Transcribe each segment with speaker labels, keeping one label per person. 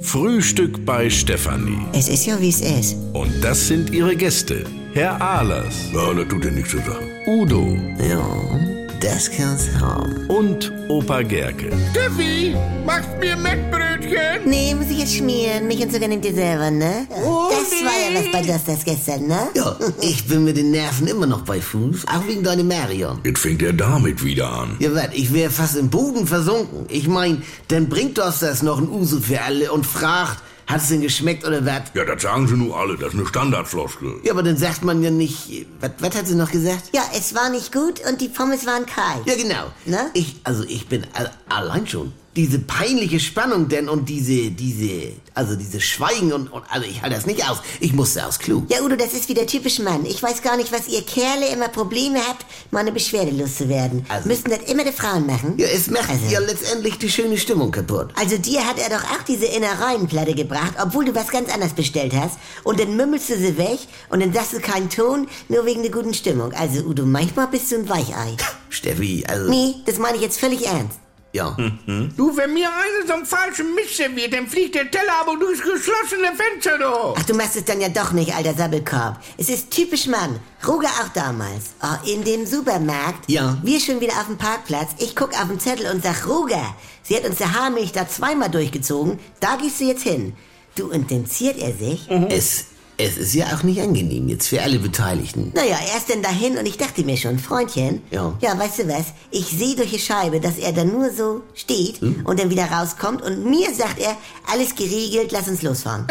Speaker 1: Frühstück bei Stefanie.
Speaker 2: Es ist ja, wie es ist.
Speaker 1: Und das sind ihre Gäste. Herr Ahlers,
Speaker 3: Ja, das tut dir nichts zu sagen.
Speaker 1: Udo
Speaker 2: Ja, das kann's haben.
Speaker 1: und Opa Gerke.
Speaker 4: Steffi, machst mir Mettbrötchen?
Speaker 2: Nee, muss ich jetzt schmieren. Mich und sogar nehmt ihr selber, ne?
Speaker 5: Oh,
Speaker 2: das war ja was bei das, das gestern, ne?
Speaker 5: Ja, ich bin mit den Nerven immer noch bei Fuß, auch wegen deiner Marion.
Speaker 3: Jetzt fängt er damit wieder an.
Speaker 5: Ja, wat, ich wäre fast im Boden versunken. Ich mein, dann bringt uns das noch ein Uso für alle und fragt, hat's denn geschmeckt oder wat?
Speaker 3: Ja, das sagen sie nun alle. Das ist eine Standardfloskel.
Speaker 5: Ja, aber dann sagt man ja nicht, wat, wat hat sie noch gesagt?
Speaker 2: Ja, es war nicht gut und die Pommes waren kalt.
Speaker 5: Ja, genau.
Speaker 2: Na?
Speaker 5: Ich, also ich bin al allein schon. Diese peinliche Spannung denn und diese, diese, also diese Schweigen und, und also ich halte das nicht aus. Ich musste aus Klug.
Speaker 2: Ja, Udo, das ist wieder typisch Mann. Ich weiß gar nicht, was ihr Kerle immer Probleme habt, mal eine Beschwerde loszuwerden.
Speaker 5: Also-
Speaker 2: Müssen das immer die Frauen machen?
Speaker 5: Ja, es macht
Speaker 2: Also-
Speaker 5: ja letztendlich die schöne Stimmung kaputt.
Speaker 2: Also dir hat er doch auch diese Innereienplatte gebracht, obwohl du was ganz anderes bestellt hast. Und dann mümmelst du sie weg und dann sagst du keinen Ton, nur wegen der guten Stimmung. Also Udo, manchmal bist du ein Weichei.
Speaker 5: Steffi, also,
Speaker 2: Nee, das meine ich jetzt völlig ernst.
Speaker 5: ja.
Speaker 4: Du, wenn mir einer so einen falschen Mist serviert, dann fliegt der Teller aber durchs geschlossene Fenster durch.
Speaker 2: Ach, du machst es dann ja doch nicht, alter Sabbelkorb. Es ist typisch Mann. Ruger auch damals. Oh, in dem Supermarkt.
Speaker 5: Ja.
Speaker 2: Wir schon wieder auf dem Parkplatz. Ich guck auf den Zettel und sag, Ruger, sie hat uns der Haarmilch da zweimal durchgezogen. Da gehst du jetzt hin. Du, und dann ziert er sich?
Speaker 5: Es, es ist ja auch nicht angenehm jetzt für alle Beteiligten.
Speaker 2: Naja, er ist denn dahin und ich dachte mir schon, Freundchen.
Speaker 5: Ja.
Speaker 2: Ja, weißt du was? Ich sehe durch die Scheibe, dass er da nur so steht
Speaker 3: Hm?
Speaker 2: und dann wieder rauskommt und mir sagt er, alles geregelt, lass uns losfahren.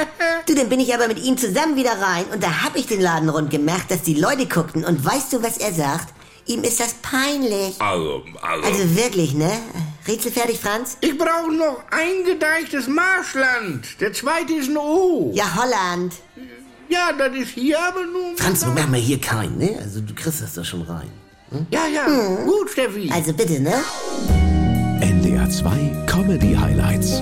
Speaker 2: du, dann bin ich aber mit ihm zusammen wieder rein und da hab ich den Laden rund gemacht, dass die Leute guckten und weißt du, was er sagt? Ihm ist das peinlich.
Speaker 3: Also, also.
Speaker 2: Also wirklich, ne? Rätsel fertig, Franz?
Speaker 4: Ich brauche noch eingedeichtes Marschland. Der zweite ist ein O.
Speaker 2: Ja, Holland.
Speaker 4: Ja, das ist hier aber nur...
Speaker 5: Franz, du mach mal hier keinen, ne? Also du kriegst das doch schon rein.
Speaker 4: Ja, ja, gut, Steffi.
Speaker 2: Also bitte, ne?
Speaker 6: NDR 2 Comedy Highlights.